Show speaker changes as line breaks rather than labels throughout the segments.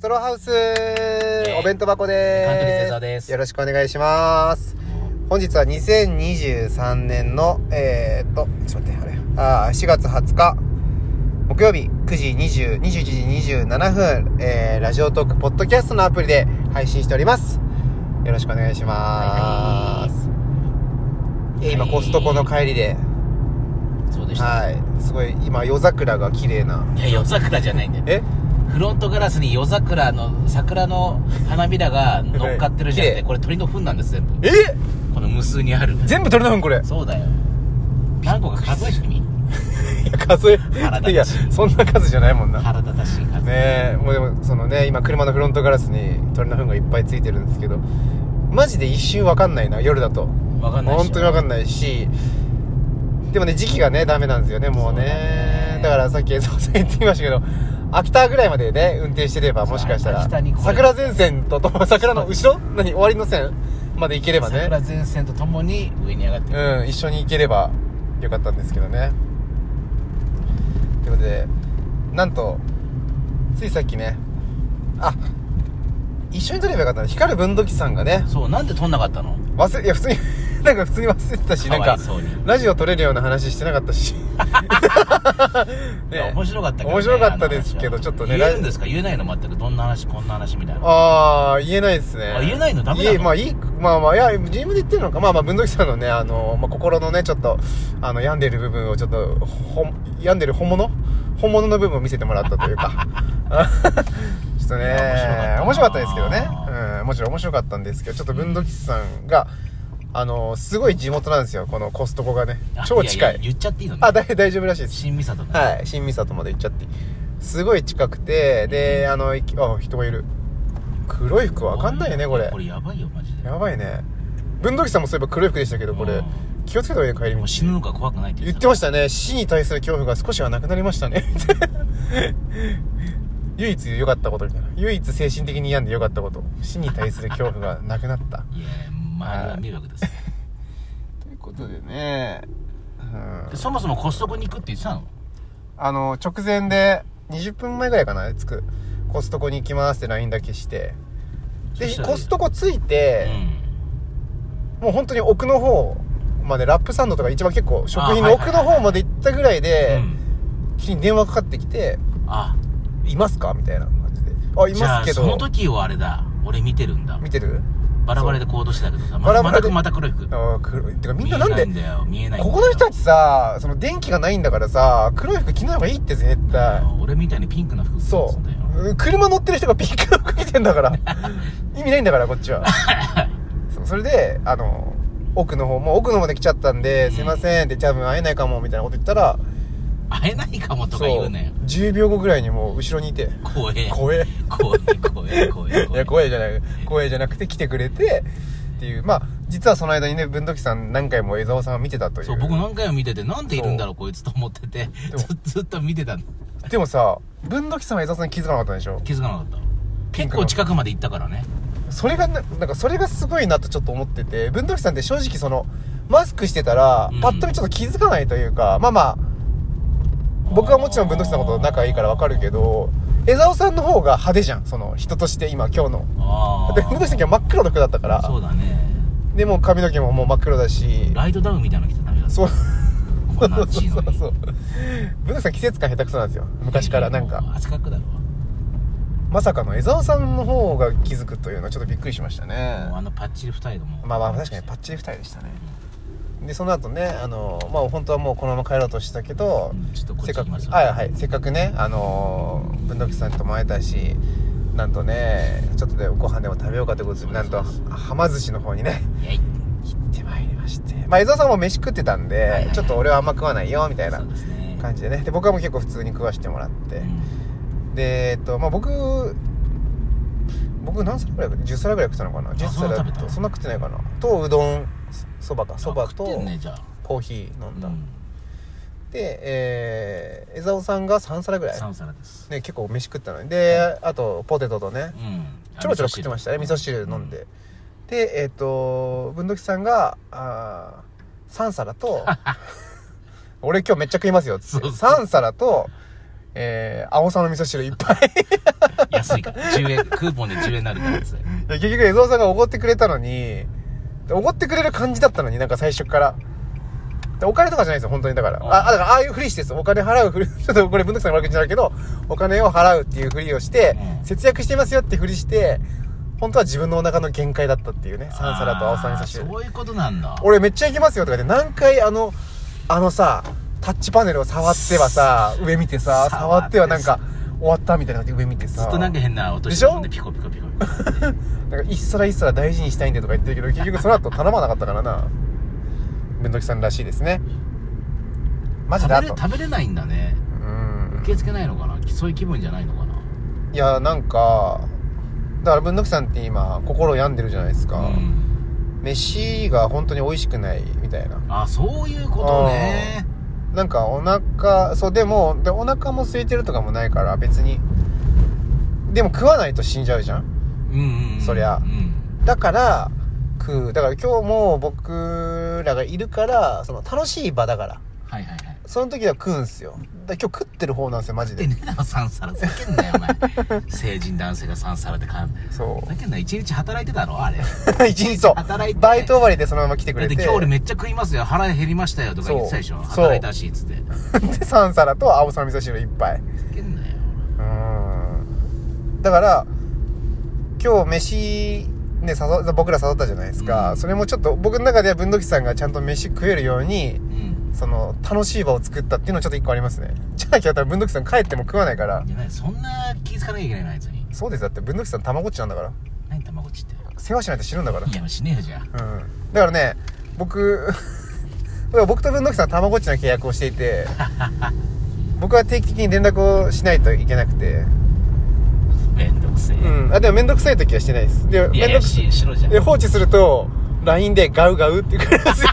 トローハウス
イ
お弁当箱で
カントリー
す
セザーです
よろしくお願いします本日は2023年のえー、っとちょっと待ってあれあー4月20日木曜日9時20 21時27分、えー、ラジオトークポッドキャストのアプリで配信しておりますよろしくお願いします、いや今
はい
コストコの帰りで、
そうでした、、
はい、すごい今夜桜が綺麗ない
や夜桜じゃないんだよ
え
フロントガラスに夜桜の桜の花びらが乗っかってるじゃなく
は
て
い
これ鳥の糞なんです全部
え
この無数にある
全部取れたのこれ
そうだよ何個か数えてみ
いや数え
腹立つ
いやそんな数じゃないもんな
腹立たしい数、
ねえもうでもそのね今車のフロントガラスに鳥の糞がいっぱいついてるんですけどマジで一瞬わかんないな夜だと
わかんないっしょ
本当にわかんないしでもね時期がねダメなんですよねもうね
そうだね
だからさっき映像さん言ってみましたけど秋田ぐらいまでね運転してればもしかした
秋田に
ら
来れ
桜前線ととも桜の後ろ何終わりの線まで行ければね
桜前線とともに上に上がってくる、
うん、一緒に行ければよかったんですけどね。ということで、なんと、ついさっきね、あ、一緒に撮ればよかったね。光る文土器さんがね、
そうなんで撮んなかったの
忘れ、いや、普通に、 なんか普通に忘れてたし、なん
かわ
か
いそうに、
ラジオ撮れるような話してなかった し。
いや面白かったけど、ね、
面白かったですけど、
あの話は
ちょっとね、
言え
ラ
るんですか言えないの全くどんな話こんな話みたいな
ああ、言えないですね。
あ言えないのダメなの
言えまあいい、まあまあ、いや、自分で言ってるのか。まあまあ、文土器さんのね、あの、まあ、心のね、ちょっと、あの、病んでる部分をちょっと、ほん、病んでる本物本物の部分を見せてもらったというか。 ちょっと
いや
ね、面白
面
か
白か
っ
ったた
で
な
すけどね。うん、もちろん面白かったんですけど、ちょっと文土器さんが、あの、すごい地元なんですよ、このコストコがね
あ。
超近い。
やや言っちゃっていいのね
あ、だい大丈夫らしいです。
新三郷の
はい、新三郷まで行っちゃって。すごい近くて、で、あの、いきあ、人がいる。黒い服わかんないよね、これ
こ。れやばいよマジで
やばいね。文土器さんもそういえば黒い服でしたけど、こ
う
れ
ん、
気をつけた方がいいよ帰り
もう
道。
死ぬのか怖くないって
言ってま
し
したね。死に対する恐怖が少しはなくなりましたね。 唯一良かったことみたいな。唯一精神的に病んで良かったこと。死に対する恐怖がなくなった。
たいや周りは迷惑ですよ
ということでね、うん
でそもそもコストコに行くって言ってたの
あの、直前で、20分前ぐらいかな、着く。コストコに行きますって LINE だけして。で
そし、たら
コストコ着いて
う、ん
もう本当に奥の方まで、ラップサンドとか一番結構、食品
あは
の
いはい
奥の方まで行ったぐらいで
う、ん
急に電話かかってきて、
あ
いますかみたいな感じで。あ、い
じゃ
ま
あ
すけ
その
ど、
時をあれだ俺見てるんだ
見てる
バラバラで行動してたけどさ
バ
ま
ラ
た
バ
ま
ラ
た
で
また黒い服
あー黒い。てかみんななんで、
見えないんだよ見えないんだ
こ
よ
この人たちさ、その電気がないんだからさ、黒い服着ない方がいいって絶対。
俺みたいにピンクの服着て
そ
んだよ
う。車乗ってる人がピ ンクの服着てんだから。意味ないんだから、こっ ちは。そうそれで、あの、奥の方、もう奥の方まで来ちゃったんで、
うん
すいませんって、多分会えないかも、みたいなこと言ったら、
会えないかもとか言うなよ
10秒後ぐらいにもう後ろにいて、
怖え
怖え。
怖え怖え怖え
い
怖え
や、怖えじゃない、怖えじゃなくて来てくれて、っていう、まあ、実はその間にね、文土器さん何回も江沢さんを見てたという。
そう僕何回も見ててなんでいるんだろうこいつと思ってて
でも
ずずっと見てたの
でもさ、文土器さんは江沢さんに気づかなかったんでしょ
気づかなかった
ピンク
結
の
構近くまで行ったからね
それがななんかそれがすごいなとちょっと思ってて文土器さんって正直そのマスクしてたら、
うん
パッと見ちょっと気づかないというかまあまあ僕はもちろん文土器さんのこと仲いいからわかるけど江沢さんの方が派手じゃんその人として今今日の
あ
だ
あ
って文土器さん今日真っ黒の服だったから
そうだね
でもう髪の毛ももう真っ黒だし
ライトダウンみたいなの着てたんだ
そう
こんな暑いのに
そう文土器さん季節感下手くそなんですよ昔からなん
いやいやも
か
う汗かくだろ
まさかの江沢さんの方が気づくというのはちょっとびっくりしましたね
もうあのパッチリ二重のも
まあまあ確かにパッチリ二重でしたねでその後ねあのまあ本当はもうこのまま帰ろうとしたけど、
うんちょっとこっ
せっ
ち
かく
行きます
はいはいせっかくねあのー文土器さんとも会えたしなんとねちょっとでご飯でも食べようかということ
そ
で
うで
な
す
んと
そう
はま寿司の方にね
いやい
行ってまいりましてまあ江澤さんも飯食ってたんで、
いはいはい
ちょっと俺はあんま食わないよみたいな
そうですね
感じでねで僕はもう結構普通に食わしてもらって、でえっとまあ僕僕何皿ぐらいか10皿ぐらい食ったのかな10
そん
皿
な食べた
とそんな食ってないかなとうどんそばかそ
そ
ば
ばと
と
ねじゃあ
コーヒー飲んだ、
うん
でえー江沢さんが3皿ぐらい、
三皿です
ね、結構飯食ったのにであとポテトとね
うん
ちょろちょろ食ってましたね味噌汁飲んで、でえっ、と文土器さんがあ3皿と俺今日めっちゃ食いますよっつって
そうそう
3皿とえー、青さの味噌汁いっぱい。
安いから。10円、クーポンで10円になるから やつ。
いや結局、江蔵さんがおごってくれたのに、おごってくれる感じだったのに、なんか最初から。でお金とかじゃないですよ、本当に。だから。あ、あだからああいうふりしてです。お金払うふり、ち ょっとこれ文徳さんの悪口になるけど、お金を払うっていうふりをして、
うん
節約してますよってふりして、本当は自分のお腹の限界だったっていうね。サンサラと青さん味噌汁
あー。そういうことなんだ。
俺めっちゃ行きますよとか言って、何回あの、あのさ、タッチパネルを触ってはさ、上見てさ、触
触
っ
ってて
はなんか、終わったみたいな感じで上見てさ。
ずっとなんか変な音してるもんね、ピコピコピコピコ。
なんか一皿一皿大事にしたいんでとか言って るけど結局その後頼まなかったからなめんどきさんらしいですねマジ
食
であ
べれ
と
食べれないんだね。
うん
受け付けないのかなそういう気分じゃないのかない
やなんかだから文徳さんって今心病んでるじゃないですか、
うん
飯が本当に美味しくないみたいな
あそういうことね
なんかお腹そうでもでお腹も空いてるとかもないから別にでも食わないと死んじゃうじゃん
うんうんうん
そりゃ
うん
だから食うだから今日も僕らがいるからその楽しい場だから
はいはいはい
その時は食うんすよだから今日食ってる方なんですよマジ
で
で
ねえだろ3皿ふざけんなよ お前成人男性が3皿ってかふ
そ
ざけんな一日働いてたろあれだ
う 一日そう
働いて
バイト終わりでそのまま来てく
っ
れ
て
て
今日俺めっちゃ食いますよ腹減りましたよとか言ってたでしょ
そう
働いたしっつってふざ
で3皿と青さの味噌汁一杯
けんなよ
うーんだから今日飯ね誘僕ら誘ったじゃないですか、
うん
それもちょっと僕の中では文土器さんがちゃんと飯食えるように
うん
その楽しい場を作ったっていうのはちょっと一個ありますねじゃなきゃだったら文土器さん帰っても食わないから
じゃないそんな気づかなきゃいけないのあいつに
そうですだって文土器さんたまごっちなんだから
何卵っちって
世話しないと死ぬんだから
いやしねえよじゃん
うんだからね僕 だから僕と文土器さんはたまごっちの契約をしてい て僕は定期的に連絡をしないといけなくて、
めんどくせえ
うん、あでも面倒くさい時はしてないですで
いやい
面倒
や
くさ
ししろじゃん
で放置すると LINE でガウガウってくるん ですよ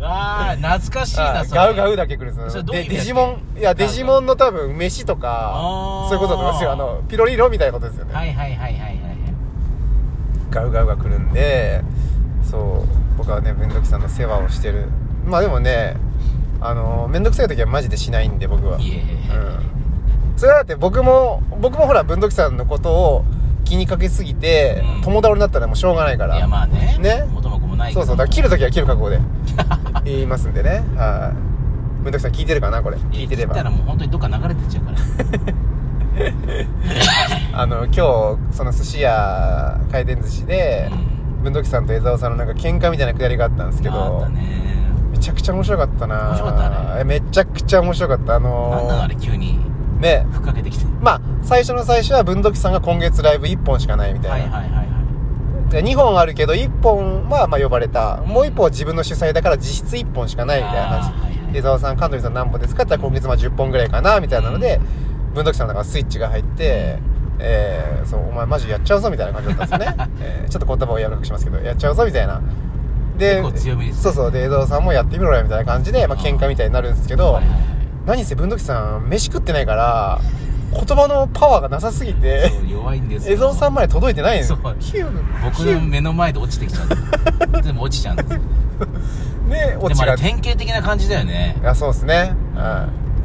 あー懐かしいなそれ
ガウガウだけ来るんです
そ
よ
れどういう
で
意
デ
味だっけ
ジモンいや
ガウガ
デ
ウ
ジモンの多分飯とか
あー
そういうことだと思いますよあのピロリロみたいなことですよね、
はいはいはいはいはいはい
ガウガウが来るんでそう僕はね面倒くさんの世話をしてるまあでもねあの面倒くさい時はマジでしないんで僕はい
えいえい
うん、それはだって僕も僕もほら文土器さんのことを気にかけすぎて、
うん
友倒になったらもうしょうがないから
いやまあね
ね
元も子もないけ
そ
ど
うそうだから切る時は切る覚悟で言いますんでね はい文土器さん聞いてるかなこれ聞いてれ
切った
ば
らもう本当にどっか流れてっちゃうから
あの今日その寿司屋回転寿司で
うん
文土器さんと江沢さんのなんか喧嘩みたいなくだりがあったんですけど
あったね
めちゃくちゃ面白かったな
面白かったね
えめちゃくちゃ面白かったあのー
なんなのあれ急に
ね
ふっかけてきて
まあ最初の最初は文土器さんが今月ライブ1本しかないみたいな、
はいはいはいはい
で2本あるけど1本はまあ呼ばれたもう1本は自分の主催だから実質1本しかないみたいな
あーはいは
話
い
江沢さん神取さん何本ですかって言ったら今月まあ10本ぐらいかなみたいなので文土器さんの中からスイッチが入って、えー、そうお前マジやっちゃうぞみたいな感じだったんです よね、えーちょっと言葉を柔らかくしますけどやっちゃうぞみたいなで
結構強めですね
そうそうで江沢さんもやってみろよみたいな感じで、まあ
あー
喧嘩みたいになるんですけど、
はいはいはい
何せ文土器さん飯食ってないから言葉のパワーがなさすぎて
そう弱いんです
江
よ
蔵さんまで届いてないんですよ
そう
ヒュー
僕
ヒュ
の
ー
目の前で落ちてきち ゃったでも落ちちゃうんですよ
ね
で
落
も
ち
あ
が
れ典型的な感じだよね
あそうですね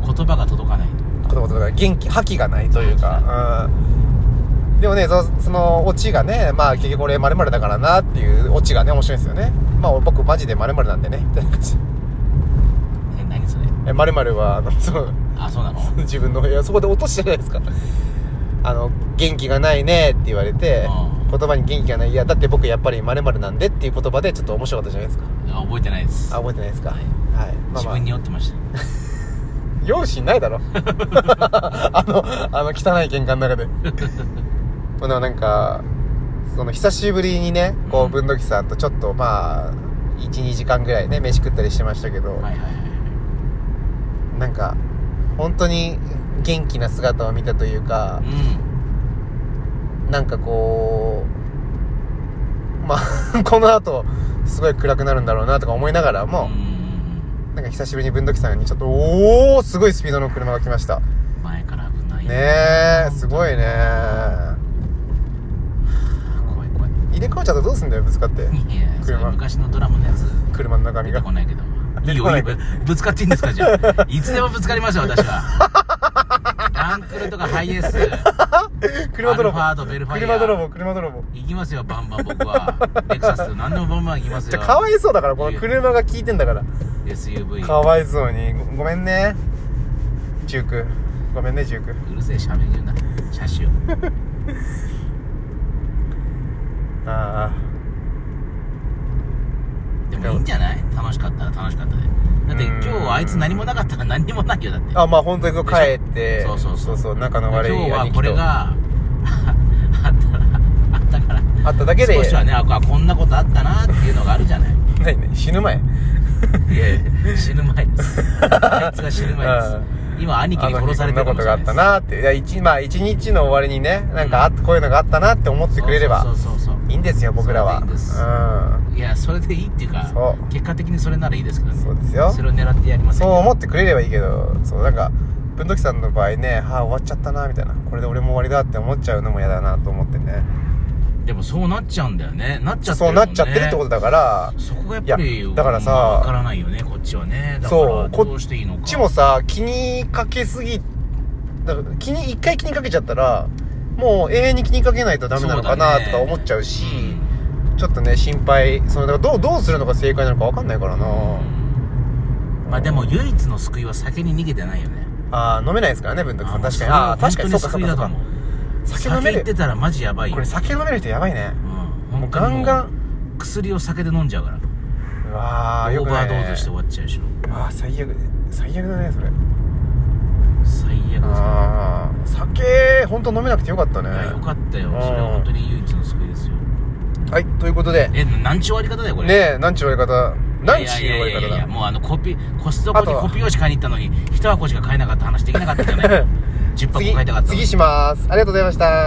うん
言葉が届かない
子供とか元気覇気がないというかうんでもねそそのオチがねまあ結局俺まるだからなっていうオチがね面白いんですよねまあ僕マジでまるなんでね みたいな感じ
え何それ
えまるはあの そう
あそうなの
自分のいやそこで落としたじゃないですかあの元気がないねって言われて
う
言葉に元気がないいやだって僕やっぱりまるなんでっていう言葉でちょっと面白かったじゃないですか
あ覚えてないです
あ覚えてないですか
はい
はいまあ
自
まあ
分に酔ってました
容姿ない だろあのあの汚い喧嘩の中でほななんかその久しぶりにねこう
うん
文土器さんとちょっとまあ12時間ぐらいね飯食ったりしてましたけど、
はいはいはい
なんか本当に元気な姿を見たというか
はいうん
なんかこうまあ この後すごい暗くなるんだろうなとか思いながらも
うん、うん
なんか久しぶりに文土器さんにちょっとおおすごいスピードの車が来ました
うん前から危ない
ねえすごいね
怖い怖い
入れ替わっちゃったらどうすんだよぶつかって
いやそれ昔のドラマのやつ
車の中身
出て
が
こないけど
出
いい
てこ
よ
ない
いいよぶつかっていいんですかじゃあいつでもぶつかりますよ私はアンクルとかハイエース
車泥棒
アルファードベルファイア
車泥棒車泥棒
行きますよバンバン僕はレクサス何でもバンバン行きます
じ
よ
ゃあかわいそうだからこの車が効いてんだから
SUV
かわいそうにごごめんねジュークごめんねジューク
うるせえしゃべるな車種を
あ
でもいいんじゃない楽しかったら楽しかったでだって今日あいつ何もなかったら何にもないよだって
ああまあ本当にこう帰って
そうそうそう
そう仲の悪い
今日は
兄貴
ことれがあったらあったから
あっただけで
少しはねあここんなことあったなっていうのがある じゃない
何何死ぬ前
いやいや死ぬ前ですあいつが死ぬ前です
あ
今兄貴
あ
に
の
殺
日
さ
こ
れ
んな
てるか
こ
も
と
しれ
があ
ない
ったなっていや一,、まあ、一日の終わりにねなんかあっこういうのがあったなって思ってくれれば、
そうそうそう
いいんですよ僕らは
それでいいんです
うん
そういやそれでいいっていうか
そう
結果的にそれならいいですけどね
そうですよ
それを狙ってやりません
そう
けど
思ってくれればいいけどそうなんか文時さんの場合ねはあ終わっちゃったなみたいなこれで俺も終わりだって思っちゃうのも嫌だなと思ってね
でもそうなっちゃうんだよねなっちゃって
そう
る
な
もん、ね、
っちゃってるってことだから
そこがやっぱ
い
り
やだからさ
わからないよねこっちはねだか
そう
ら
こ
どうしていいのか
こっちもさ気にかけすぎだから気に一回気にかけちゃったらもう永遠に気にかけないとダメなのか
そうだ
な
ね
とか思っちゃうし
うん
ちょっとね心配そのだからどうどうするのが正解なのか分かんないからな、
まあでも唯一の救いは酒に逃げてないよね
ああ飲めないですからね文徳さん確かにあ
あ
あー確かにそうか
そ
そうう
か
か
そ
そうう
か
か酒飲
酒
め
行って
る
たらマジやばいよ
これ酒飲める人やばいね
うん
も
本
う
当に
ガンガン
ン薬を酒で飲んじゃうから
うわーよ
オ
く
ーバ
ない
ード
ね
ーズして終わっちゃうでしょ
あー最悪最悪だねそれ
最悪だ
ああ酒本当飲めなくてよかったね
いやよかったよ
うん
それは本当に唯一の救いですよ
はいということで
えなんちゅう終わり方だよこれ
ねえ何ちゅう終わり方何ちゅう終わ
いやいやいや
り
いや
方だ
もうあのコピコストコ
あと
に
は
コピー用紙買いに行った のに一箱しか買えなかった話できなかったじゃない10箱買いたかったのに
次しますありがとうございました